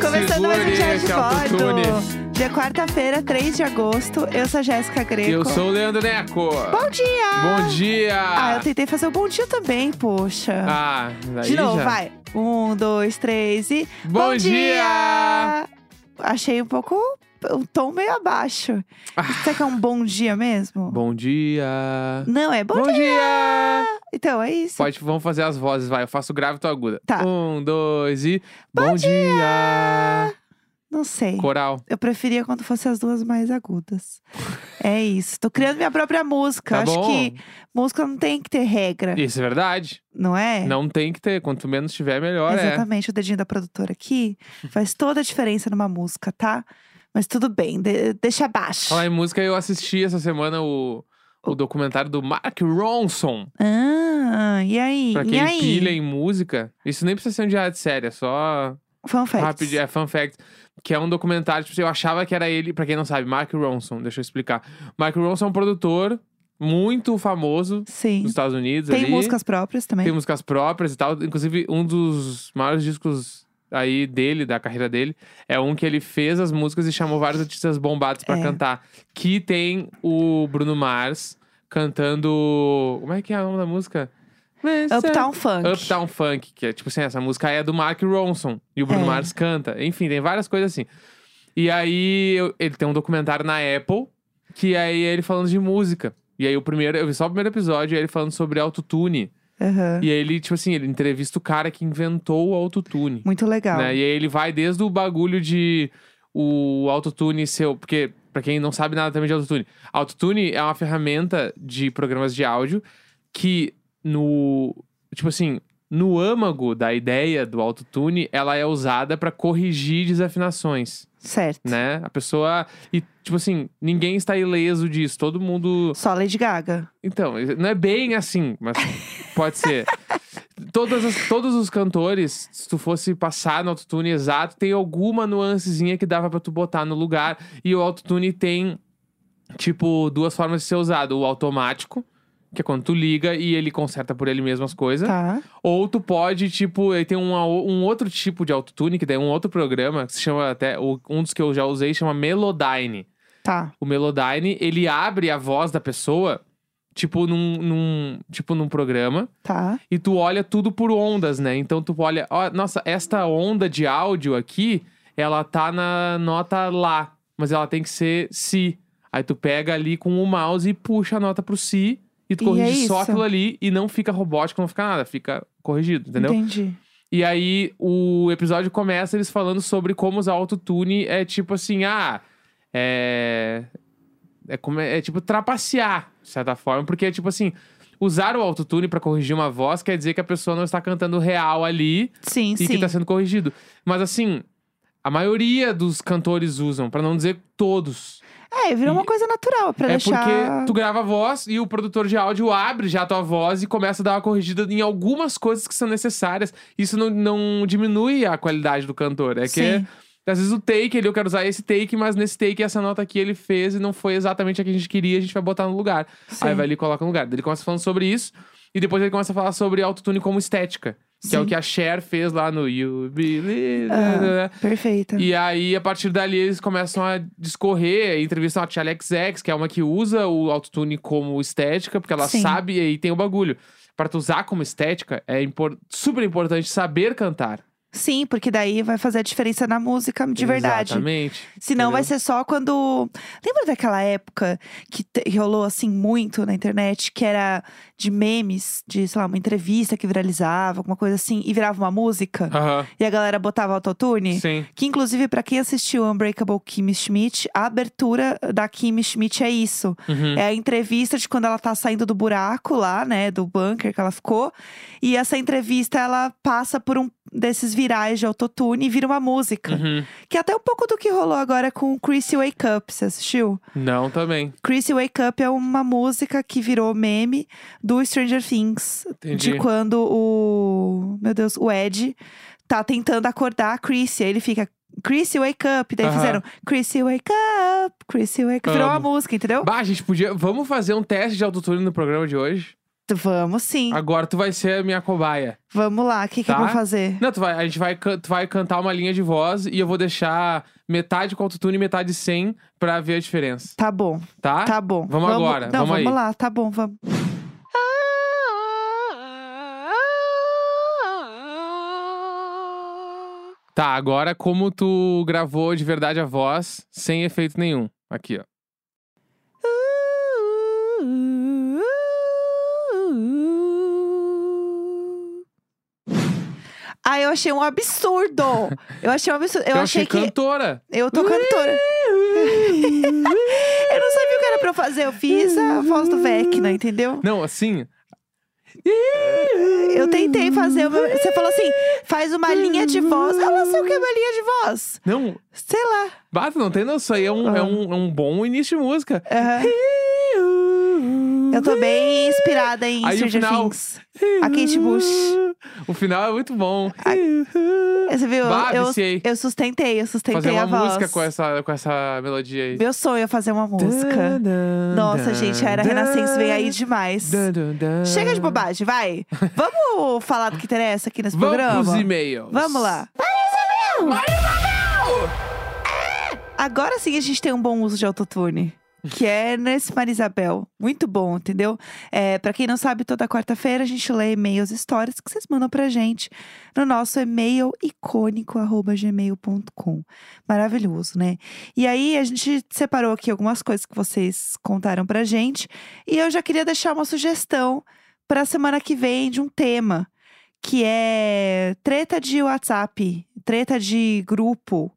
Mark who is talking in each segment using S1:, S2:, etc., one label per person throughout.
S1: começando mais um
S2: segure
S1: Diário de
S2: esse autotune.
S1: Bordo. Dia quarta-feira, 3 de agosto. Eu sou a Jéssica Greco.
S2: Eu sou o Leandro Neco.
S1: Bom dia!
S2: Bom dia!
S1: Ah, eu tentei fazer o bom dia também, poxa.
S2: Ah, daí
S1: de novo,
S2: já.
S1: vai. Um, dois, três e.
S2: Bom, dia!
S1: Achei um pouco. um tom meio abaixo.
S2: Ah.
S1: Será que é um bom dia mesmo?
S2: Bom dia!
S1: Não, é bom, dia.
S2: dia!
S1: Então é isso.
S2: Pode, vamos fazer as vozes, vai. Eu faço grave e tu aguda.
S1: Tá.
S2: Um, dois e.
S1: Bom
S2: dia!
S1: Não sei.
S2: Coral.
S1: Eu preferia quando fossem as duas mais agudas. é isso. Tô criando minha própria música.
S2: Tá
S1: Acho
S2: bom.
S1: que música não tem que ter regra,
S2: Isso é verdade.
S1: não é?
S2: Não tem que ter. Quanto menos tiver, melhor é.
S1: Exatamente. O dedinho da produtora aqui faz toda a diferença numa música, tá? Mas tudo bem, de- deixa abaixo.
S2: Falar em música, eu assisti essa semana o, o documentário do Mark Ronson.
S1: Ah, e aí?
S2: Pra
S1: e
S2: quem
S1: aí?
S2: pilha em música. Isso nem precisa ser um diário de série, é só
S1: Fun facts.
S2: Rapid, é fun fact. Que é um documentário, tipo, eu achava que era ele, pra quem não sabe, Mark Ronson, deixa eu explicar. Mark Ronson é um produtor muito famoso
S1: Sim.
S2: nos Estados Unidos.
S1: Tem
S2: ali.
S1: músicas próprias também.
S2: Tem músicas próprias e tal. Inclusive, um dos maiores discos aí dele, da carreira dele, é um que ele fez as músicas e chamou vários artistas bombados pra
S1: É.
S2: cantar. Que tem o Bruno Mars cantando. Como é que é o nome da música?
S1: Uptown Funk.
S2: Uptown Funk, que é tipo assim, essa música é do Mark Ronson e o Bruno
S1: É.
S2: Mars canta. Enfim, tem várias coisas assim. E aí eu- ele tem um documentário na Apple, que aí é ele falando de música. E aí o primeiro, eu vi só o primeiro episódio, e aí ele falando sobre autotune.
S1: Aham.
S2: E aí ele, tipo assim, ele entrevista o cara que inventou o autotune.
S1: Muito legal.
S2: Né? E aí ele vai desde o bagulho de o autotune seu. Porque, pra quem não sabe nada também de autotune, autotune é uma ferramenta de programas de áudio que no. Tipo assim, no âmago da ideia do autotune, ela é usada pra corrigir desafinações,
S1: Certo.
S2: né? A pessoa. E, tipo assim, ninguém está ileso disso. Todo mundo.
S1: Só Lady Gaga.
S2: Então, não é bem assim, mas pode ser. Todas as- todos os cantores, se tu fosse passar no autotune exato, tem alguma nuancezinha que dava pra tu botar no lugar. E o autotune tem, tipo, duas formas de ser usado. O automático, que é quando tu liga e ele conserta por ele mesmo as coisas.
S1: Tá.
S2: Ou tu pode, tipo, ele tem uma o- um outro tipo de autotune, que tem um outro programa, que se chama até, o- um dos que eu já usei, chama Melodyne
S1: Tá.
S2: o Melodyne, ele abre a voz da pessoa, tipo num, num- tipo num programa,
S1: Tá.
S2: e tu olha tudo por ondas, né? Então tu olha, ó, nossa, esta onda de áudio aqui, ela tá na nota lá, mas ela tem que ser si. Aí tu pega ali com o mouse e puxa a nota pro si, e tu
S1: E é
S2: corrige
S1: isso.
S2: só aquilo ali, e não fica robótico, não fica nada, fica corrigido, entendeu?
S1: Entendi.
S2: E aí o episódio começa eles falando sobre como usar autotune é tipo assim, ah, é é como é, é tipo trapacear, de certa forma, porque é tipo assim, usar o autotune pra corrigir uma voz quer dizer que a pessoa não está cantando real ali
S1: Sim,
S2: e
S1: sim.
S2: que tá sendo corrigido. Mas assim, a maioria dos cantores usam, pra não dizer todos.
S1: É, virou uma
S2: E-
S1: coisa natural pra
S2: É
S1: deixar.
S2: porque tu grava a voz e o produtor de áudio abre já a tua voz e começa a dar uma corrigida em algumas coisas que são necessárias. Isso não, não diminui a qualidade do cantor. É que
S1: Sim.
S2: às vezes o take, ele, eu quero usar esse take, mas nesse take essa nota aqui ele fez e não foi exatamente a que a gente queria, a gente vai botar no lugar.
S1: Sim.
S2: é, Aí vai ali e coloca no lugar. Daí Ele começa falando sobre isso e depois ele começa a falar sobre autotune como estética. Que é o
S1: Sim.
S2: que a Cher fez lá no You Believe. né,
S1: Ah, Perfeita.
S2: E aí, a partir dali, eles começam a discorrer, entrevistam a Tia Alex X, que é uma que usa o autotune como estética, porque ela
S1: Sim.
S2: sabe e aí tem o bagulho. Pra tu usar como estética, é impor- super importante saber cantar.
S1: Sim, porque daí vai fazer a diferença na música de verdade.
S2: Exatamente.
S1: Senão vai
S2: entendeu?
S1: ser só quando. Lembra daquela época que te- rolou assim muito na internet, que era de memes, de, sei lá, uma entrevista que viralizava, alguma coisa assim, e virava uma música?
S2: Aham,
S1: E a galera botava autotune?
S2: Ah. sim.
S1: Que inclusive, pra quem assistiu Unbreakable Kimmy Schmidt, a abertura da Kimmy Schmidt é isso.
S2: Uhum.
S1: É a entrevista de quando ela tá saindo do buraco lá, né? Do bunker que ela ficou. E essa entrevista, ela passa por um desses virais de autotune e vira uma música.
S2: Uhum.
S1: Que é até um pouco do que rolou agora com Chrissy Wake Up, você assistiu?
S2: Não, também.
S1: Chrissy Wake Up é uma música que virou meme do Stranger Things.
S2: Entendi.
S1: De quando o. Meu Deus, o Ed tá tentando acordar a Chrissy. Aí ele fica. Chrissy Wake Up. Daí
S2: Aham.
S1: fizeram Chrissy Wake Up, Chrissy Wake Up. Virou uma
S2: Amo.
S1: música, entendeu?
S2: Bah, a gente podia. Vamos fazer um teste de autotune no programa de hoje?
S1: Vamos sim.
S2: Agora tu vai ser a minha cobaia.
S1: Vamos lá. O que, que eu
S2: Tá.
S1: vou fazer?
S2: Não, tu vai, a gente vai, can- tu vai cantar uma linha de voz e eu vou deixar metade com autotune e metade sem pra ver a diferença,
S1: Tá bom,
S2: tá?
S1: tá bom.
S2: Vamos agora,
S1: Não,
S2: vamos
S1: vamos
S2: aí.
S1: lá. Tá bom, vamos.
S2: Tá, agora como tu gravou de verdade a voz, sem efeito nenhum. Aqui, ó.
S1: Ah, eu achei um absurdo. Eu achei um absurdo.
S2: Tá
S1: Eu, achei, que
S2: é cantora.
S1: eu tô cantora. Eu não sabia o que era pra eu fazer. Eu fiz a voz do Vecna, entendeu?
S2: Não, assim.
S1: Eu tentei fazer. o meu- Você falou assim, faz uma linha de voz. Eu não sei o que é uma linha de voz.
S2: Não,
S1: Sei lá.
S2: bata, não tem noção. Isso aí é um, é, um, é um bom início de música.
S1: Aham. Eu tô bem inspirada em
S2: Aí o
S1: Stranger
S2: final.
S1: Things. A Kate Bush.
S2: O final é muito bom.
S1: Você viu? Eu-
S2: Bah,
S1: eu,
S2: viciei.
S1: eu sustentei, eu sustentei
S2: Fazer
S1: a
S2: uma
S1: voz.
S2: música com essa, com essa melodia aí.
S1: Meu sonho é fazer uma música. Nossa, gente, a era Renascença vem aí demais. Chega de bobagem, vai. Vamos falar do que interessa aqui nesse
S2: Vamos pros
S1: programa?
S2: e-mails.
S1: Vamos lá. É! Agora sim a gente tem um bom uso de autotune. Que é nesse Marisabel. Muito bom, entendeu? É, para quem não sabe, toda quarta-feira a gente lê e-mails e histórias que vocês mandam pra gente no nosso e-mail icônico, arroba gmail.com. Maravilhoso, né? E aí a gente separou aqui algumas coisas que vocês contaram pra gente. E eu já queria deixar uma sugestão pra semana que vem de um tema. Que é treta de WhatsApp, treta de grupo,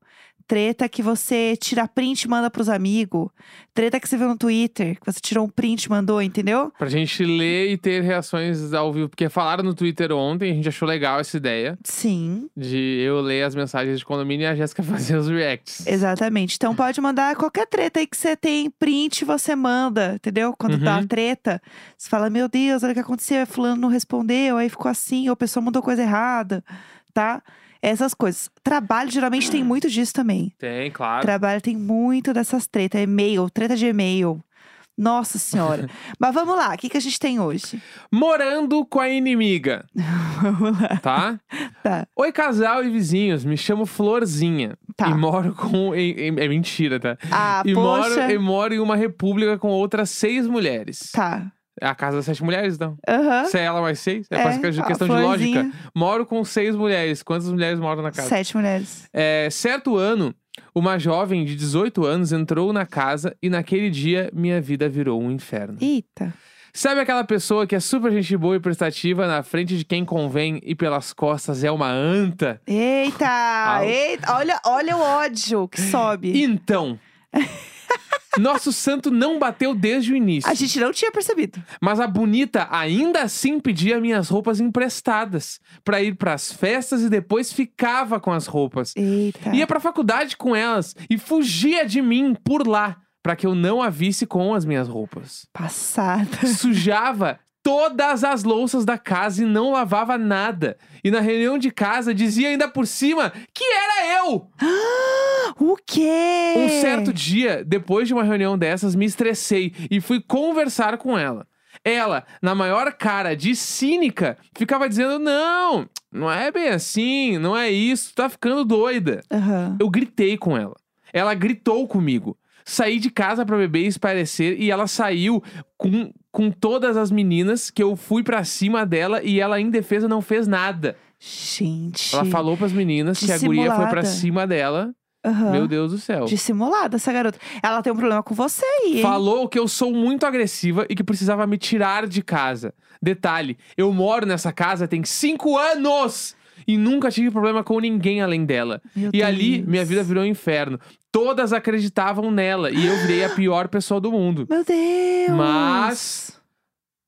S1: Treta que você tira print e manda pros amigos. Treta que você viu no Twitter, que você tirou um print e mandou, entendeu?
S2: Pra gente ler e ter reações ao vivo. Porque falaram no Twitter ontem, a gente achou legal essa ideia
S1: Sim,
S2: de eu ler as mensagens de condomínio e a Jéssica fazer os reacts.
S1: exatamente. Então pode mandar qualquer treta aí que você tem print, você manda, entendeu? Quando dá
S2: Uhum.
S1: treta, você fala: Meu Deus, olha o que aconteceu, é fulano não respondeu, aí ficou assim, ou a pessoa mandou coisa errada, tá? Essas coisas. Trabalho geralmente tem muito disso também.
S2: Tem, claro.
S1: Trabalho tem muito dessas tretas, e-mail, treta de e-mail. Nossa senhora. Mas vamos lá, o que, que a gente tem hoje?
S2: Morando com a inimiga,
S1: Vamos lá.
S2: tá?
S1: Tá.
S2: Oi, casal e vizinhos, me chamo Florzinha.
S1: Tá.
S2: E moro com. e- e- É mentira, tá?
S1: Ah,
S2: e, moro,
S1: poxa.
S2: e moro em uma república com outras seis mulheres.
S1: Tá.
S2: É a casa das sete mulheres, então?
S1: Aham.
S2: Se é ela mais seis? É,
S1: É,
S2: pra-
S1: a
S2: questão de
S1: florzinha.
S2: lógica. Moro com seis mulheres. Quantas mulheres moram na casa?
S1: Sete mulheres.
S2: É, certo ano, uma jovem de 18 anos entrou na casa e naquele dia minha vida virou um inferno.
S1: Eita.
S2: Sabe aquela pessoa que é super gente boa e prestativa na frente de quem convém e pelas costas é uma anta?
S1: Eita!
S2: Au.
S1: Eita! Olha, olha o ódio que sobe.
S2: Então. Nosso santo não bateu desde o início.
S1: A gente não tinha percebido.
S2: Mas a bonita ainda assim pedia minhas roupas emprestadas pra ir pras festas e depois ficava com as roupas.
S1: Eita.
S2: Ia pra faculdade com elas e fugia de mim por lá pra que eu não a visse com as minhas roupas.
S1: Passada.
S2: Sujava todas as louças da casa e não lavava nada. E na reunião de casa dizia ainda por cima que era eu.
S1: O quê?
S2: Um certo dia, depois de uma reunião dessas, me estressei e fui conversar com ela. Ela, na maior cara de cínica, ficava dizendo: Não, não é bem assim, não é isso, tá ficando doida.
S1: Aham.
S2: Eu gritei com ela. Ela gritou comigo. Saí de casa pra beber e esparecer e ela saiu com, com todas as meninas que eu fui pra cima dela e ela, em defesa, não fez nada.
S1: Gente.
S2: Ela falou pras meninas que a guria foi pra
S1: Dissimulada.
S2: cima dela.
S1: Aham.
S2: Meu Deus do céu.
S1: Dissimulada essa garota. Ela tem um problema com você aí. hein?
S2: Falou que eu sou muito agressiva e que precisava me tirar de casa. Detalhe, eu moro nessa casa tem cinco anos e nunca tive problema com ninguém além dela.
S1: Meu
S2: e ali,
S1: Deus.
S2: minha vida virou um inferno. Todas acreditavam nela e eu virei a pior pessoa do mundo.
S1: Meu Deus.
S2: Mas-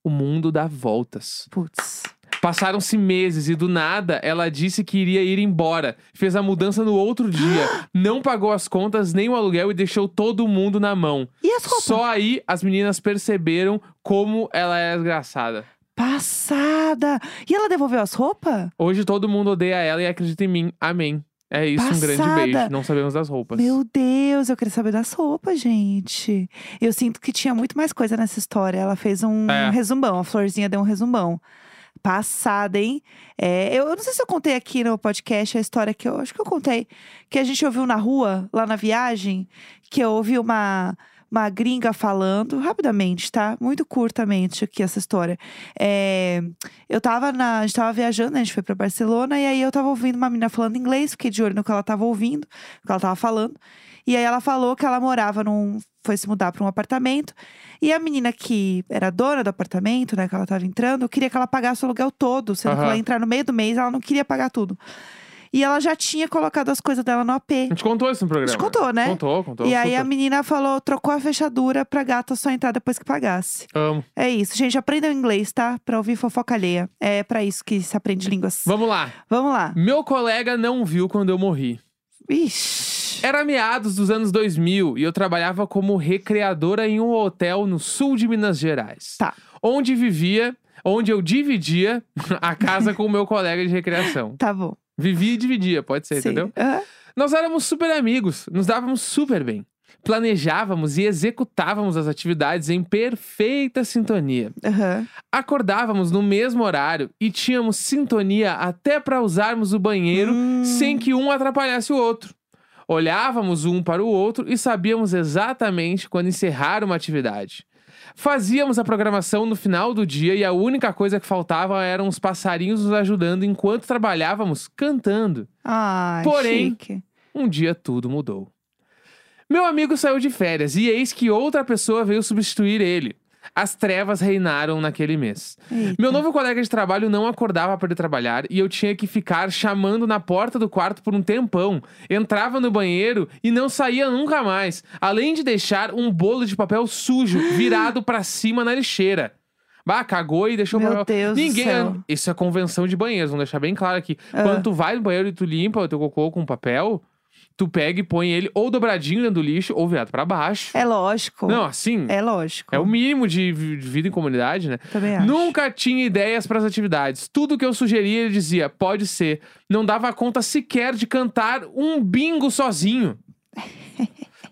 S2: O mundo dá voltas.
S1: Putz.
S2: Passaram-se meses e do nada ela disse que iria ir embora. Fez a mudança no outro dia, não pagou as contas nem o aluguel e deixou todo mundo na mão.
S1: E as roupas?
S2: Só aí as meninas perceberam como ela é desgraçada.
S1: Passada. E ela devolveu as roupas?
S2: Hoje todo mundo odeia ela e acredita em mim. Amém. É isso, um grande
S1: Passada.
S2: beijo. Não sabemos das roupas.
S1: Meu Deus, eu queria saber das roupas, gente. Eu sinto que tinha muito mais coisa nessa história. Ela fez um
S2: É.
S1: resumão, a florzinha deu um resumão. Passada, hein? É, eu, eu não sei se eu contei aqui no podcast a história que eu acho que eu contei, que a gente ouviu na rua, lá na viagem, que eu ouvi uma, uma gringa falando, rapidamente, tá? Muito curtamente aqui essa história. É, eu tava na. A gente tava viajando, né? a gente foi pra Barcelona, e aí eu tava ouvindo uma menina falando inglês, fiquei de olho no que ela tava ouvindo que ela tava falando. E aí ela falou que ela morava num. foi se mudar para um apartamento. E a menina que era dona do apartamento, né, que ela tava entrando, queria que ela pagasse o aluguel todo, sendo que
S2: Aham.
S1: ela ia entrar no meio do mês, ela não queria pagar tudo. E ela já tinha colocado as coisas dela no AP.
S2: A gente contou isso no
S1: A
S2: programa.
S1: gente contou, né?
S2: Contou, contou.
S1: E aí a
S2: super.
S1: menina falou, trocou a fechadura pra gata só entrar depois que pagasse.
S2: Amo.
S1: É isso, gente, aprendam inglês, tá? Pra ouvir fofoca alheia. É pra isso que se aprende línguas.
S2: Vamos lá.
S1: Vamos lá.
S2: Meu colega não viu quando eu morri.
S1: Ixi.
S2: Era meados dos anos 2000 e eu trabalhava como recreadora em um hotel no sul de Minas Gerais.
S1: Tá.
S2: Onde vivia, onde eu dividia a casa com o meu colega de recreação.
S1: Tá bom.
S2: Vivia e dividia, pode ser,
S1: Sim.
S2: entendeu?
S1: Aham.
S2: Nós éramos super amigos, nos dávamos super bem. Planejávamos e executávamos as atividades em perfeita sintonia.
S1: Aham.
S2: Acordávamos no mesmo horário e tínhamos sintonia até para usarmos o banheiro
S1: Hum.
S2: sem que um atrapalhasse o outro. Olhávamos um para o outro e sabíamos exatamente quando encerrar uma atividade. Fazíamos a programação no final do dia e a única coisa que faltava eram os passarinhos nos ajudando enquanto trabalhávamos cantando.
S1: Ai,
S2: Porém-
S1: chique.
S2: Um dia tudo mudou. Meu amigo saiu de férias e eis que outra pessoa veio substituir ele. As trevas reinaram naquele mês.
S1: Eita.
S2: Meu novo colega de trabalho não acordava para ir trabalhar e eu tinha que ficar chamando na porta do quarto por um tempão. Entrava no banheiro e não saía nunca mais, além de deixar um bolo de papel sujo virado para cima na lixeira. Bah, cagou e deixou o
S1: Meu
S2: papel.
S1: Deus do
S2: Ninguém.
S1: céu.
S2: Isso é convenção de banheiros, vamos deixar bem claro aqui.
S1: Ah.
S2: Quando tu vai no banheiro e tu limpa o teu cocô com papel, tu pega e põe ele ou dobradinho dentro do lixo ou virado para baixo.
S1: É lógico.
S2: Não, assim.
S1: É lógico.
S2: É o mínimo de vi- de vida em comunidade, né?
S1: Também acho.
S2: Nunca tinha ideias para as atividades. Tudo que eu sugeria, ele dizia, pode ser. Não dava conta sequer de cantar um bingo sozinho.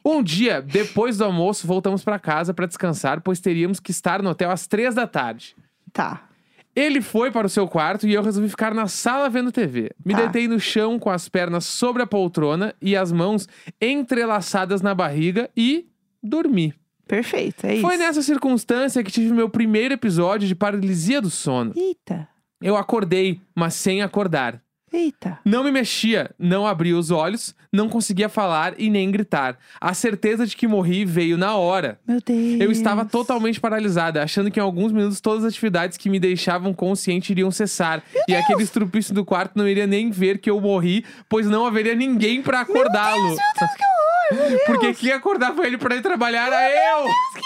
S2: Um dia, depois do almoço, voltamos para casa para descansar, pois teríamos que estar no hotel às três da tarde.
S1: Tá.
S2: Ele foi para o seu quarto e eu resolvi ficar na sala vendo TV. Me
S1: Tá.
S2: deitei no chão com as pernas sobre a poltrona e as mãos entrelaçadas na barriga e dormi.
S1: Perfeito, é isso.
S2: Foi nessa circunstância que tive meu primeiro episódio de paralisia do sono.
S1: Eita,
S2: Eu acordei, mas sem acordar.
S1: eita.
S2: Não me mexia, não abria os olhos, não conseguia falar e nem gritar. A certeza de que morri veio na hora.
S1: Meu Deus.
S2: Eu estava totalmente paralisada, achando que em alguns minutos todas as atividades que me deixavam consciente iriam cessar. e aquele estrupício do quarto não iria nem ver que eu morri, pois não haveria ninguém pra acordá-lo. Meu Deus, que horror, Porque quem acordava ele pra ir trabalhar era eu. Meu Deus,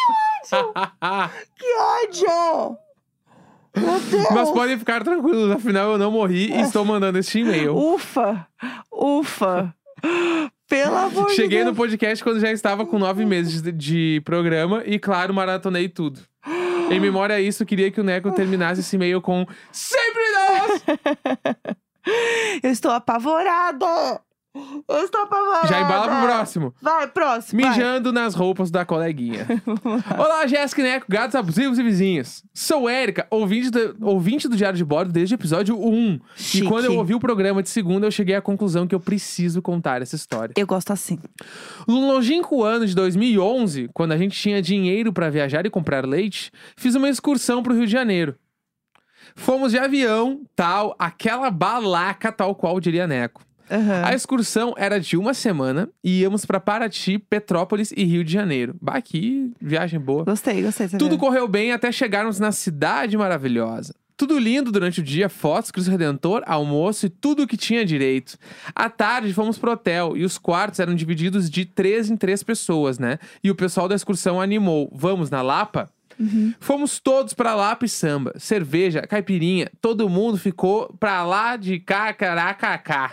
S2: que ódio.
S1: Que ódio! Meu Deus!
S2: Mas podem ficar tranquilos, afinal eu não morri e estou mandando este e-mail.
S1: Ufa! Ufa! Pelo amor
S2: Cheguei
S1: de
S2: no
S1: Deus.
S2: podcast quando já estava com nove meses de, de programa e, claro, maratonei tudo. Em memória a isso, queria que o Neco terminasse esse e-mail com Sempre nós!
S1: Eu estou apavorada! Eu estou apavorada!
S2: Já embala pro próximo.
S1: Vai, próximo. vai.
S2: Mijando nas roupas da coleguinha. Olá, Jéssica e Neco, gatos abusivos e vizinhos. Sou Érica, ouvinte do, ouvinte do Diário de Bordo desde o episódio 1.
S1: Chique.
S2: E quando eu ouvi o programa de segunda, eu cheguei à conclusão que eu preciso contar essa história.
S1: Eu gosto assim.
S2: No longínquo ano de 2011, quando a gente tinha dinheiro para viajar e comprar leite, fiz uma excursão pro Rio de Janeiro. Fomos de avião, tal, aquela balaca tal qual diria Neco.
S1: Aham.
S2: A excursão era de uma semana e íamos para Paraty, Petrópolis e Rio de Janeiro. Bah, que viagem boa.
S1: Gostei, gostei. tá
S2: Tudo
S1: vendo?
S2: correu bem até chegarmos na cidade maravilhosa. Tudo lindo durante o dia, fotos, Cristo Redentor, almoço e tudo o que tinha direito. À tarde fomos pro hotel e os quartos eram divididos de três em três pessoas, né? E o pessoal da excursão animou. Vamos na Lapa? Fomos todos pra Lapa e samba, cerveja, caipirinha, todo mundo ficou pra lá de cacaracacá.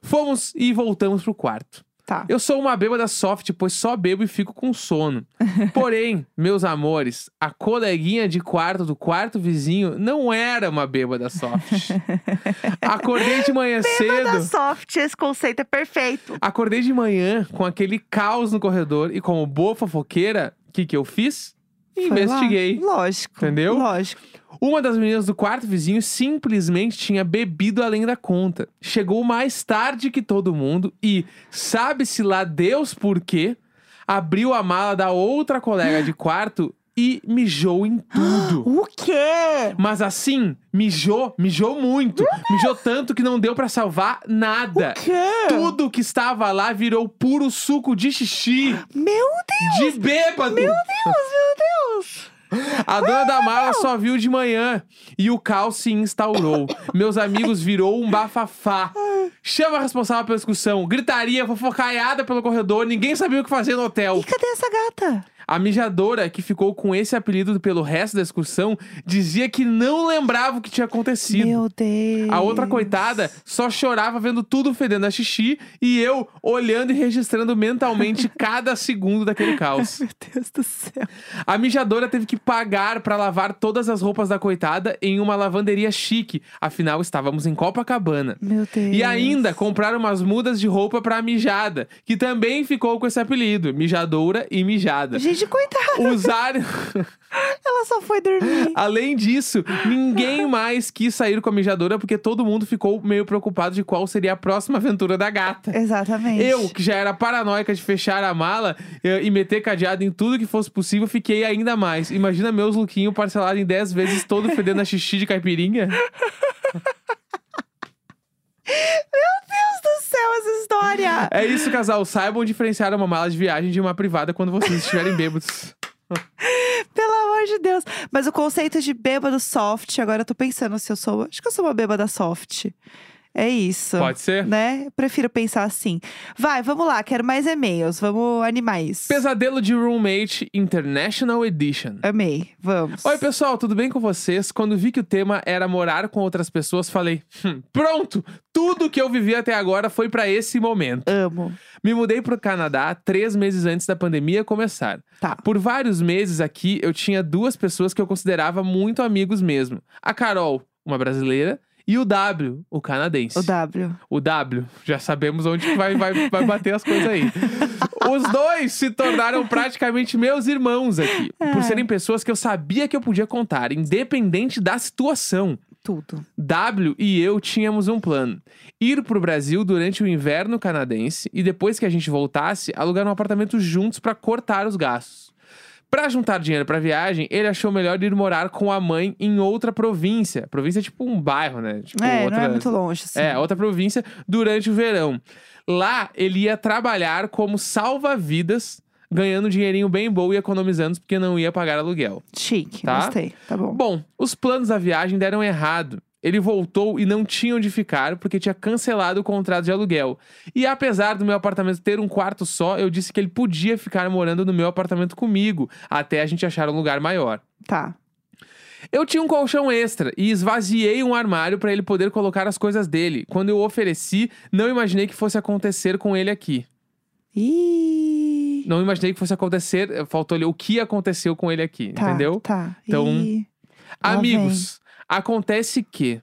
S2: Fomos e voltamos pro quarto.
S1: Tá.
S2: Eu sou uma bêbada soft, pois só bebo e fico com sono. Porém, meus amores, a coleguinha de quarto do quarto vizinho não era uma bêbada soft. Acordei de manhã
S1: Bêbada
S2: cedo.
S1: soft, esse conceito é perfeito.
S2: Acordei de manhã com aquele caos no corredor e como boa fofoqueira, o que, que eu fiz?
S1: Foi lá.
S2: Investiguei.
S1: Lógico.
S2: Entendeu?
S1: Lógico.
S2: Uma das meninas do quarto vizinho simplesmente tinha bebido além da conta. Chegou mais tarde que todo mundo e, sabe-se lá Deus por quê, abriu a mala da outra colega de quarto e mijou em tudo.
S1: O quê?
S2: Mas assim, mijou, mijou muito. Mijou tanto que não deu pra salvar nada.
S1: Quê?
S2: É, Tudo que estava lá virou puro suco de xixi,
S1: Meu
S2: de bêbado.
S1: Deus,
S2: A dona da mala só viu de manhã e o caos se instaurou. Meus amigos virou um bafafá. Chama a responsável pela discussão. Gritaria, fofocaiada pelo corredor, ninguém sabia o que fazer no
S1: meu Deus!
S2: hotel.
S1: E cadê essa gata?
S2: A mijadora, que ficou com esse apelido pelo resto da excursão, dizia que não lembrava o que tinha acontecido.
S1: Meu Deus.
S2: A outra coitada só chorava vendo tudo fedendo a xixi e eu olhando e registrando mentalmente cada segundo daquele caos.
S1: Meu Deus do céu.
S2: A mijadora teve que pagar pra lavar todas as roupas da coitada em uma lavanderia chique, afinal estávamos em Copacabana.
S1: Meu Deus.
S2: E ainda compraram umas mudas de roupa pra mijada, que também ficou com esse apelido, mijadora e mijada.
S1: Gente, coitada,
S2: Usaram,
S1: ela só foi dormir.
S2: além disso, ninguém mais quis sair com a mijadora porque todo mundo ficou meio preocupado de qual seria a próxima aventura da gata.
S1: Exatamente.
S2: Eu, que já era paranoica de fechar a mala eh, e meter cadeado em tudo que fosse possível, fiquei ainda mais. Imagina meus lookinhos parcelados em 10 vezes, todo fedendo a xixi de caipirinha.
S1: Meu Deus do céu, essa história.
S2: É isso, casal. Saibam diferenciar uma mala de viagem de uma privada quando vocês estiverem bêbados.
S1: Pelo amor de Deus. Mas o conceito de bêbado soft, agora eu tô pensando se eu sou. Acho que eu sou uma bêbada soft. É isso.
S2: Pode ser?
S1: Né? Prefiro pensar assim. Vai, vamos lá, quero mais e-mails. Vamos animar isso.
S2: Pesadelo de Roommate International Edition.
S1: Amei, vamos.
S2: Oi, pessoal, tudo bem com vocês? Quando vi que o tema era morar com outras pessoas, falei: "Hum, pronto! Tudo que eu vivi até agora foi pra esse momento.
S1: Amo.
S2: Me mudei pro Canadá três meses antes da pandemia começar.
S1: Tá.
S2: Por vários meses aqui, eu tinha duas pessoas que eu considerava muito amigos mesmo. A Carol, uma brasileira, e o W, o canadense.
S1: O W.
S2: O W, já sabemos onde que vai, vai, vai bater as coisas aí. Os dois se tornaram praticamente meus irmãos aqui. Por serem pessoas que eu sabia que eu podia contar, independente da situação.
S1: Tudo.
S2: W e eu tínhamos um plano: ir pro Brasil durante o inverno canadense e depois que a gente voltasse, alugar um apartamento juntos para cortar os gastos. Pra juntar dinheiro pra viagem, ele achou melhor ir morar com a mãe em outra província. Província é tipo um bairro, né? Tipo
S1: é,
S2: outra...
S1: não é muito longe, assim.
S2: É, outra província durante o verão. Lá ele ia trabalhar como salva-vidas, ganhando um dinheirinho bem bom e economizando porque não ia pagar aluguel.
S1: Chique,
S2: Tá.
S1: gostei. Tá bom.
S2: Bom, os planos da viagem deram errado. Ele voltou e não tinha onde ficar porque tinha cancelado o contrato de aluguel. E apesar do meu apartamento ter um quarto só, eu disse que ele podia ficar morando no meu apartamento comigo até a gente achar um lugar maior.
S1: Tá.
S2: Eu tinha um colchão extra e esvaziei um armário para ele poder colocar as coisas dele. Quando eu ofereci, não imaginei que fosse acontecer com ele aqui.
S1: Ih.
S2: Não imaginei que fosse acontecer, faltou ali o que aconteceu com ele aqui,
S1: Tá,
S2: entendeu?
S1: Tá.
S2: Então,
S1: Ih. Lá
S2: Amigos, acontece que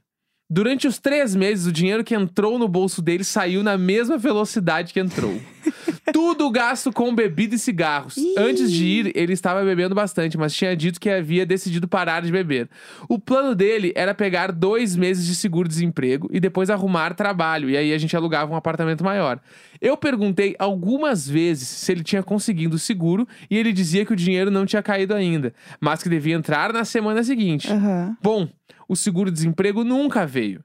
S2: durante os três meses o dinheiro que entrou no bolso dele saiu na mesma velocidade que entrou. Tudo gasto com bebida e cigarros.
S1: Ih.
S2: Antes de ir, ele estava bebendo bastante, mas tinha dito que havia decidido parar de beber. O plano dele era pegar dois meses de seguro-desemprego e depois arrumar trabalho. E aí a gente alugava um apartamento maior. Eu perguntei algumas vezes se ele tinha conseguido o seguro e ele dizia que o dinheiro não tinha caído ainda, mas que devia entrar na semana seguinte.
S1: Aham.
S2: Bom, o seguro-desemprego nunca veio.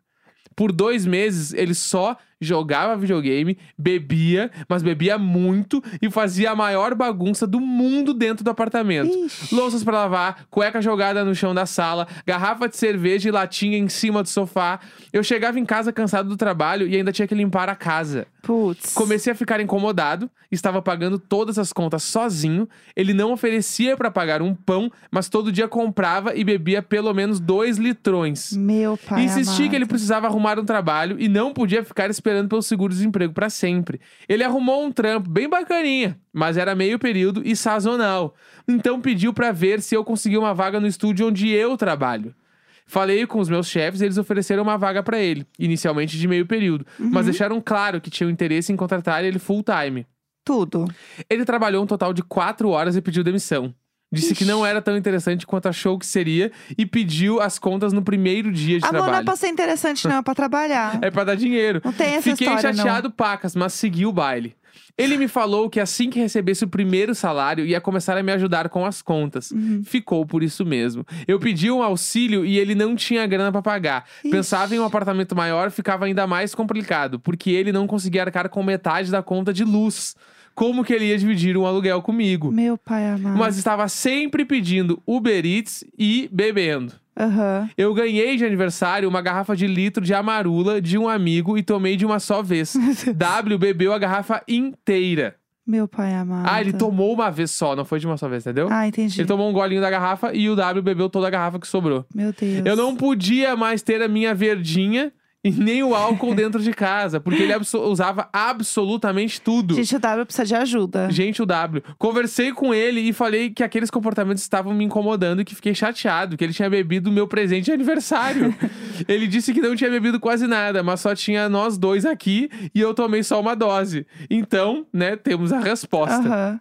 S2: Por dois meses, ele só jogava videogame, bebia, mas bebia muito e fazia a maior bagunça do mundo dentro do apartamento.
S1: Ixi.
S2: Louças pra lavar, cueca jogada no chão da sala, garrafa de cerveja e latinha em cima do sofá. Eu chegava em casa cansado do trabalho e ainda tinha que limpar a casa.
S1: Putz.
S2: Comecei a ficar incomodado, estava pagando todas as contas sozinho. Ele não oferecia para pagar um pão, mas todo dia comprava e bebia pelo menos dois litrões.
S1: Meu pai.
S2: E insisti
S1: amado.
S2: que ele precisava arrumar um trabalho e não podia ficar esperando pelo seguro-desemprego pra sempre. Ele arrumou um trampo bem bacaninha, mas era meio período e sazonal. Então pediu pra ver se eu conseguia uma vaga no estúdio onde eu trabalho. Falei com os meus chefes e eles ofereceram uma vaga pra ele, inicialmente de meio período, mas
S1: Uhum.
S2: deixaram claro que tinham interesse em contratar ele full time.
S1: Tudo.
S2: Ele trabalhou um total de quatro horas e pediu demissão. Disse que não era tão interessante quanto achou que seria e pediu as contas no primeiro dia de
S1: Amor, não é
S2: trabalho.
S1: pra ser interessante, não. É pra trabalhar.
S2: É pra dar dinheiro.
S1: Não tem essa
S2: Fiquei
S1: história, não.
S2: chateado, pacas, mas segui o baile. Ele me falou que assim que recebesse o primeiro salário, ia começar a me ajudar com as contas.
S1: Uhum.
S2: Ficou por isso mesmo. Eu pedi um auxílio e ele não tinha grana pra pagar.
S1: Ixi.
S2: Pensava em um apartamento maior, ficava ainda mais complicado, porque ele não conseguia arcar com metade da conta de luz. Como que ele ia dividir um aluguel comigo?
S1: Meu pai amado.
S2: Mas estava sempre pedindo Uber Eats e bebendo.
S1: Aham.
S2: Eu ganhei de aniversário uma garrafa de litro de amarula de um amigo e tomei de uma só vez. W bebeu a garrafa inteira.
S1: Meu pai amado.
S2: Ah, ele tomou uma vez só, não foi de uma só vez, entendeu?
S1: Ah, tá. entendi.
S2: Ele tomou um golinho da garrafa e o W bebeu toda a garrafa que sobrou.
S1: Meu Deus.
S2: Eu não podia mais ter a minha verdinha e nem o álcool dentro de casa, porque ele abso- usava absolutamente tudo.
S1: Gente, o W precisa de ajuda.
S2: Gente, o W. Conversei com ele e falei que aqueles comportamentos estavam me incomodando e que fiquei chateado, que ele tinha bebido o meu presente de aniversário. ele disse que não tinha bebido quase nada, mas só tinha nós dois aqui e eu tomei só uma dose. Então, né, temos a resposta.
S1: Aham.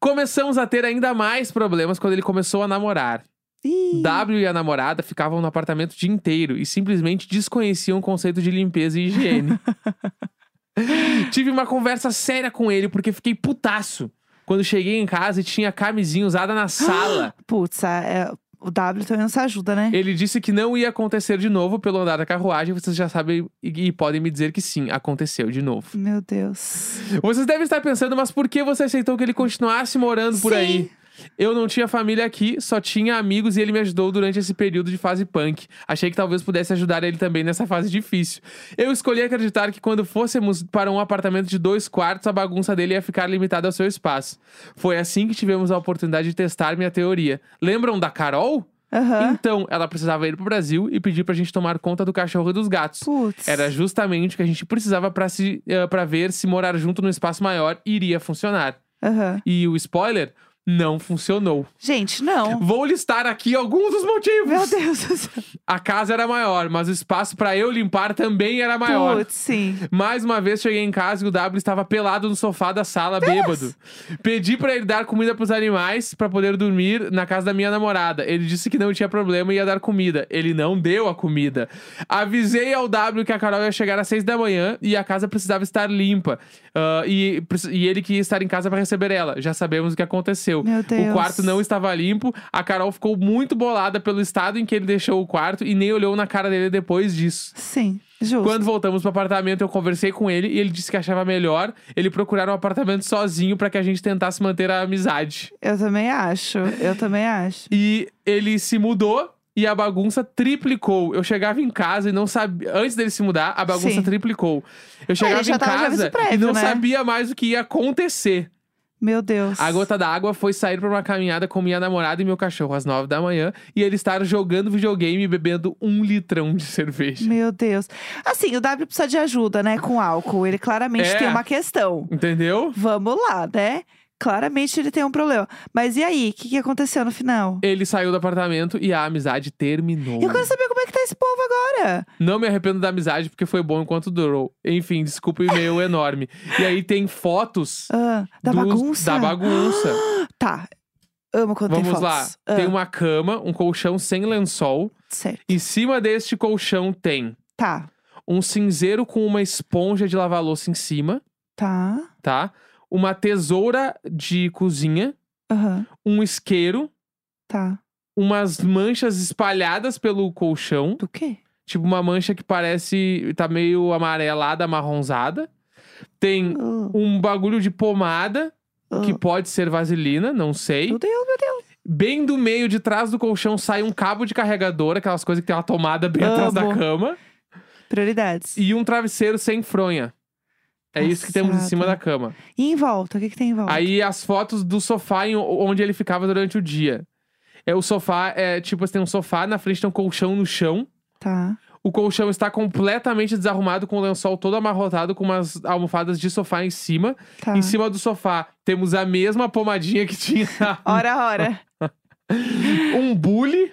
S2: Começamos a ter ainda mais problemas quando ele começou a namorar.
S1: Ih,
S2: W e a namorada ficavam no apartamento o dia inteiro e simplesmente desconheciam o conceito de limpeza e higiene. Tive uma conversa séria com ele porque fiquei putaço. Quando cheguei em casa e tinha camisinha usada na sala,
S1: Putz, ah, é, o W também não se ajuda, né?
S2: ele disse que não ia acontecer de novo pelo andar da carruagem. Vocês já sabem e, e podem me dizer que sim, aconteceu de novo.
S1: Meu Deus.
S2: Vocês devem estar pensando, mas por que você aceitou que ele continuasse morando por
S1: Sim.
S2: aí? Eu não tinha família aqui, só tinha amigos e ele me ajudou durante esse período de fase punk. Achei que talvez pudesse ajudar ele também nessa fase difícil. Eu escolhi acreditar que quando fôssemos para um apartamento de dois quartos, a bagunça dele ia ficar limitada ao seu espaço. Foi assim que tivemos a oportunidade de testar minha teoria. Lembram da Carol?
S1: Aham.
S2: Então, ela precisava ir pro Brasil e pedir pra gente tomar conta do cachorro e dos gatos.
S1: Putz.
S2: Era justamente o que a gente precisava para se, para ver se morar junto num espaço maior iria funcionar.
S1: Aham.
S2: E o spoiler não funcionou.
S1: Gente, não.
S2: Vou listar aqui alguns dos
S1: Meu
S2: motivos.
S1: Deus do céu.
S2: A casa era maior, mas o espaço para eu limpar também era maior.
S1: Putz, sim.
S2: Mais uma vez cheguei em casa e o W estava pelado no sofá da sala, bêbado. Pedi pra ele dar comida pros animais pra poder dormir na casa da minha namorada. Ele disse que não tinha problema e ia dar comida. Ele não deu a comida. Avisei ao W que a Carol ia chegar às seis da manhã e a casa precisava estar limpa. Ah, e, e ele que ia estar em casa pra receber ela. Já sabemos o que aconteceu.
S1: Meu Deus.
S2: O quarto não estava limpo. A Carol ficou muito bolada pelo estado em que ele deixou o quarto e nem olhou na cara dele depois disso.
S1: Sim, justo.
S2: Quando voltamos pro apartamento, eu conversei com ele e ele disse que achava melhor ele procurar um apartamento sozinho pra que a gente tentasse manter a amizade.
S1: Eu também acho. Eu também acho.
S2: E ele se mudou e a bagunça triplicou. Eu chegava em casa e não sabia. Antes dele se mudar, a bagunça
S1: Sim. É,
S2: triplicou. Eu chegava
S1: já
S2: em
S1: tava de aviso
S2: casa e
S1: prévio,
S2: não
S1: né?
S2: sabia mais o que ia acontecer.
S1: Meu Deus.
S2: A gota d'água foi sair pra uma caminhada com minha namorada e meu cachorro às nove da manhã e ele estar jogando videogame e bebendo um litrão de cerveja.
S1: Meu Deus. Assim, o W precisa de ajuda, né? Com álcool. Ele claramente
S2: É.
S1: tem uma questão.
S2: Entendeu?
S1: Vamos lá, né? Claramente ele tem um problema. Mas e aí? O que, que aconteceu no final?
S2: Ele saiu do apartamento e a amizade terminou.
S1: Eu quero saber como é que tá esse povo agora.
S2: Não me arrependo da amizade porque foi bom enquanto durou. Enfim, desculpa o e-mail enorme. E aí tem fotos
S1: Ah, da
S2: dos-
S1: bagunça?
S2: da bagunça.
S1: Tá. Amo quando tem
S2: Vamos
S1: fotos.
S2: lá.
S1: Ah,
S2: Tem uma cama, um colchão sem lençol.
S1: Certo.
S2: Em cima deste colchão tem
S1: Ah, Tá,
S2: um cinzeiro com uma esponja de lavar louça em cima,
S1: tá.
S2: tá? Uma tesoura de cozinha,
S1: Aham,
S2: um isqueiro,
S1: tá.
S2: umas manchas espalhadas pelo colchão.
S1: Do quê?
S2: Tipo uma mancha que parece. tá meio amarelada, amarronzada. Tem
S1: Ah,
S2: um bagulho de pomada,
S1: ah.
S2: que pode ser vaselina, não sei.
S1: Meu Deus, meu Deus.
S2: Bem do meio, de trás do colchão, sai um cabo de carregador, aquelas coisas que tem uma tomada bem atrás da
S1: Amo.
S2: cama.
S1: Prioridades.
S2: E um travesseiro sem fronha. É isso que temos em cima da
S1: Passada.
S2: cama.
S1: E em volta, o que, que tem em volta?
S2: Aí as fotos do sofá em- onde ele ficava durante o dia. É o sofá, é tipo, você tem um sofá, na frente tem um colchão no chão.
S1: Tá.
S2: O colchão está completamente desarrumado, com o lençol todo amarrotado, com umas almofadas de sofá em cima.
S1: Tá.
S2: Em cima do sofá, temos a mesma pomadinha que tinha.
S1: Ora, ora.
S2: um bule,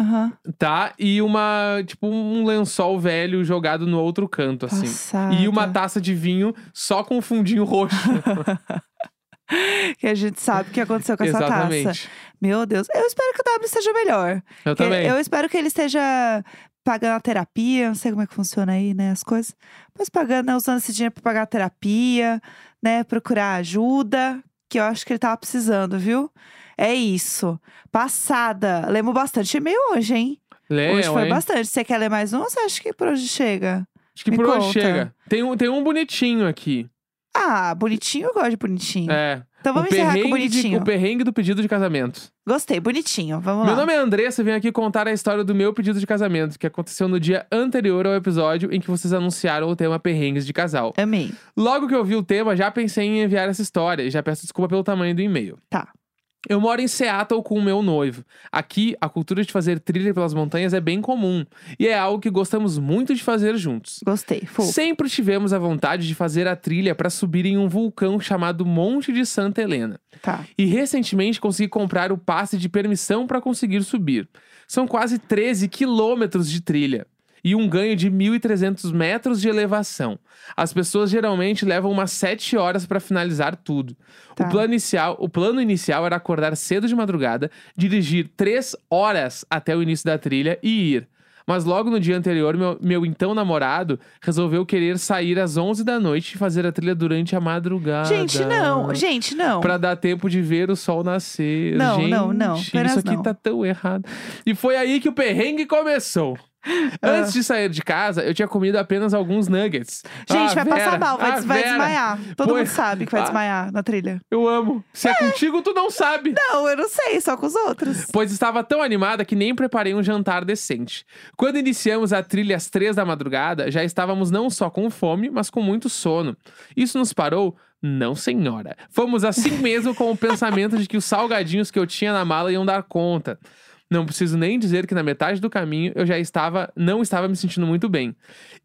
S1: Aham.
S2: tá? E uma, tipo, um lençol velho jogado no outro canto, assim.
S1: Passada.
S2: E uma taça de vinho só com um fundinho roxo.
S1: Que a gente sabe o que aconteceu com essa taça.
S2: Exatamente.
S1: Meu Deus. Eu espero que o W esteja melhor.
S2: Eu
S1: Que-
S2: também.
S1: Eu espero que ele esteja pagando a terapia, não sei como é que funciona aí, né, as coisas. Mas pagando, né, usando esse dinheiro pra pagar a terapia, né, procurar ajuda, que eu acho que ele tava precisando, viu? É isso. Passada. Lemos bastante e-mail hoje, hein?
S2: Leão,
S1: hoje foi
S2: hein?
S1: bastante. Você quer ler mais um ou você acha que por hoje chega?
S2: Acho que
S1: Me
S2: por hoje
S1: conta.
S2: chega. Tem um, tem um bonitinho aqui.
S1: Ah, bonitinho, eu gosto de bonitinho.
S2: É.
S1: Então vamos
S2: o,
S1: encerrar com
S2: perrengue de-
S1: bonitinho.
S2: o perrengue do pedido de casamento.
S1: Gostei, bonitinho. Vamos
S2: Meu
S1: lá.
S2: nome é Andressa e venho aqui contar a história do meu pedido de casamento, que aconteceu no dia anterior ao episódio em que vocês anunciaram o tema perrengues de casal.
S1: Amei.
S2: Logo que eu vi o tema, já pensei em enviar essa história e já peço desculpa pelo tamanho do e-mail.
S1: Tá.
S2: Eu moro em Seattle com o meu noivo. Aqui, a cultura de fazer trilha pelas montanhas é bem comum e é algo que gostamos muito de fazer juntos.
S1: Gostei. Fofo.
S2: Sempre tivemos a vontade de fazer a trilha para subir em um vulcão chamado Monte de Santa Helena.
S1: Tá.
S2: E recentemente consegui comprar o passe de permissão para conseguir subir. São quase 13 quilômetros de trilha e um ganho de 1.300 metros de elevação. As pessoas geralmente levam umas 7 horas para finalizar tudo.
S1: Tá.
S2: O, plano inicial, o plano inicial era acordar cedo de madrugada, dirigir 3 horas até o início da trilha e ir. Mas logo no dia anterior, meu, meu então namorado resolveu querer sair às 11 da noite e fazer a trilha durante a madrugada.
S1: Gente, Ah, não. Gente, não.
S2: Pra dar tempo de ver o sol nascer.
S1: Não,
S2: Gente,
S1: não, não. Apenas
S2: Isso aqui
S1: não.
S2: tá tão errado. E foi aí que o perrengue começou.
S1: Ah.
S2: Antes de sair de casa, eu tinha comido apenas alguns nuggets.
S1: Gente,
S2: Ah,
S1: vai passar
S2: Vera,
S1: mal, vai,
S2: ah,
S1: des- vai
S2: Vera,
S1: desmaiar. Todo
S2: Pois-
S1: mundo sabe que vai
S2: Ah.
S1: desmaiar na trilha.
S2: Eu amo. Se é contigo, tu não sabe.
S1: Não, eu não sei, só com os outros.
S2: Pois estava tão animada que nem preparei um jantar decente. Quando iniciamos a trilha às três da madrugada, já estávamos não só com fome, mas com muito sono. Isso nos parou? Não, senhora. Fomos assim mesmo com o pensamento de que os salgadinhos que eu tinha na mala iam dar conta. Não preciso nem dizer que na metade do caminho eu já estava, não estava me sentindo muito bem.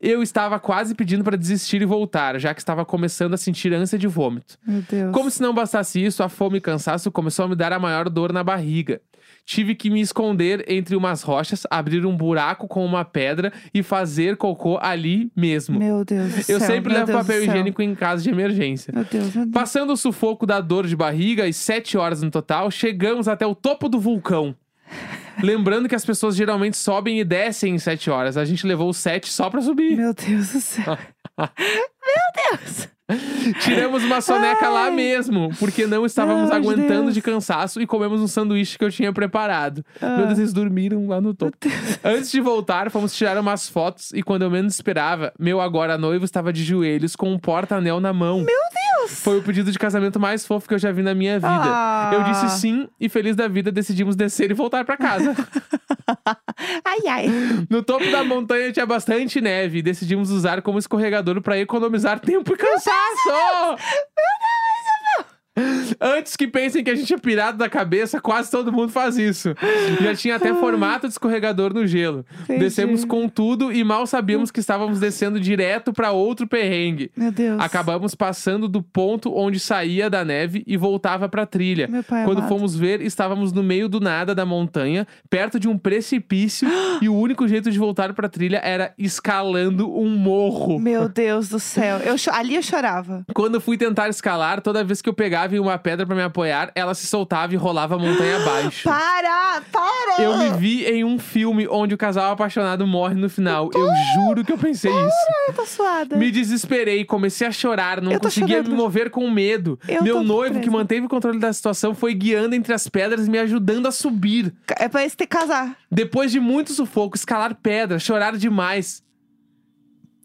S2: Eu estava quase pedindo para desistir e voltar, já que estava começando a sentir ânsia de vômito.
S1: Meu Deus.
S2: Como se não bastasse isso, a fome e cansaço começou a me dar a maior dor na barriga. Tive que me esconder entre umas rochas, abrir um buraco com uma pedra e fazer cocô ali mesmo.
S1: Meu Deus do céu.
S2: Eu sempre
S1: meu
S2: levo
S1: Deus do
S2: papel
S1: céu.
S2: higiênico em caso de emergência.
S1: Meu Deus, meu Deus.
S2: Passando o sufoco da dor de barriga e sete horas no total, chegamos até o topo do vulcão. Lembrando que as pessoas geralmente sobem e descem em sete horas. A gente levou sete só pra subir.
S1: Meu Deus do céu. meu Deus.
S2: Tiramos uma soneca lá mesmo, porque não estávamos
S1: Ai,
S2: aguentando
S1: Deus.
S2: de cansaço e comemos um sanduíche que eu tinha preparado. Meu
S1: Ah.
S2: Deus, eles dormiram lá no topo. Antes de voltar, fomos tirar umas fotos e quando eu menos esperava, meu agora noivo estava de joelhos com um porta-anel na mão. Meu Deus! Foi o pedido de casamento mais fofo que eu já vi na minha vida.
S1: Ah.
S2: Eu disse sim e feliz da vida decidimos descer e voltar pra casa.
S1: Ah. Ai, ai.
S2: no topo da montanha tinha bastante neve e decidimos usar como escorregador pra economizar tempo e cansaço. Antes que pensem que a gente é pirado da cabeça, quase todo mundo faz isso. Já tinha até formato de escorregador no gelo.
S1: Entendi.
S2: Descemos com tudo e mal sabíamos que estávamos descendo direto para outro perrengue.
S1: Meu Deus.
S2: Acabamos passando do ponto onde saía da neve e voltava para trilha.
S1: Meu pai
S2: Quando
S1: amado.
S2: fomos ver, estávamos no meio do nada da montanha, perto de um precipício, e o único jeito de voltar para trilha era escalando um morro.
S1: Meu Deus do céu. Eu cho- Ali eu chorava.
S2: Quando fui tentar escalar, toda vez que eu pegava em uma pedra para me apoiar, ela se soltava e rolava a montanha abaixo.
S1: Para! Para!
S2: Eu me vi em um filme onde o casal apaixonado morre no final. Eu juro que eu pensei isso.
S1: Eu tô suada.
S2: Me desesperei, comecei a chorar, não
S1: Eu tô
S2: conseguia
S1: chorando.
S2: me mover com medo.
S1: Eu tô
S2: Meu noivo,
S1: presa.
S2: que manteve o controle da situação, foi guiando entre as pedras e me ajudando a subir.
S1: É pra esse ter que casar.
S2: Depois de muito sufoco, escalar pedra, chorar demais.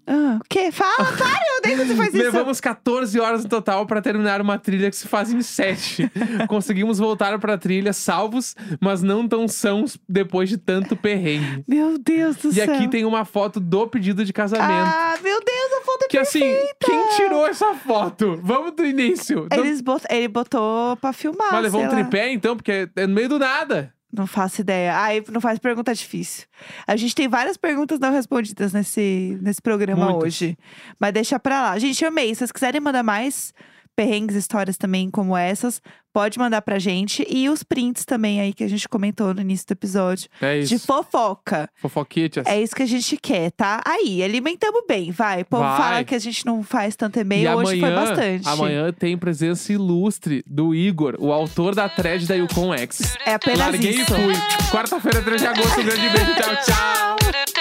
S1: Ah, o quê? Fala, para! Eu odeio quando você faz isso.
S2: Levamos 14 horas no total para terminar uma trilha que se faz em 7. Conseguimos voltar para a trilha salvos, mas não tão sãos depois de tanto perrengue.
S1: Meu Deus do
S2: E
S1: céu.
S2: aqui tem uma foto do pedido de casamento.
S1: Ah, meu Deus, eu vou foto é
S2: Que assim, quem tirou essa foto? Vamos do início. Não-
S1: Eles bot... Ele botou pra filmar.
S2: Mas levou
S1: sei
S2: um
S1: lá.
S2: tripé, então, porque é no meio do nada.
S1: Não faço ideia. Ai, não faz pergunta difícil. A gente tem várias perguntas não respondidas nesse, nesse programa
S2: Muitas.
S1: hoje. Mas deixa pra lá. Gente, eu amei. Se vocês quiserem mandar mais perrengues, histórias também como essas, pode mandar pra gente. E os prints também aí que a gente comentou no início do episódio.
S2: É
S1: De
S2: isso.
S1: fofoca.
S2: Fofoquite, assim.
S1: É isso que a gente quer, tá? Aí, alimentamos bem, vai. O povo
S2: Vai.
S1: fala que a gente não faz tanto e-mail, hoje foi bastante.
S2: Amanhã tem presença ilustre do Igor, o autor da thread da Yukon X.
S1: É apenas
S2: Larguei
S1: isso.
S2: e fui. Quarta-feira, 3 de agosto. Um grande beijo. Tchau, tchau.
S3: Tchau.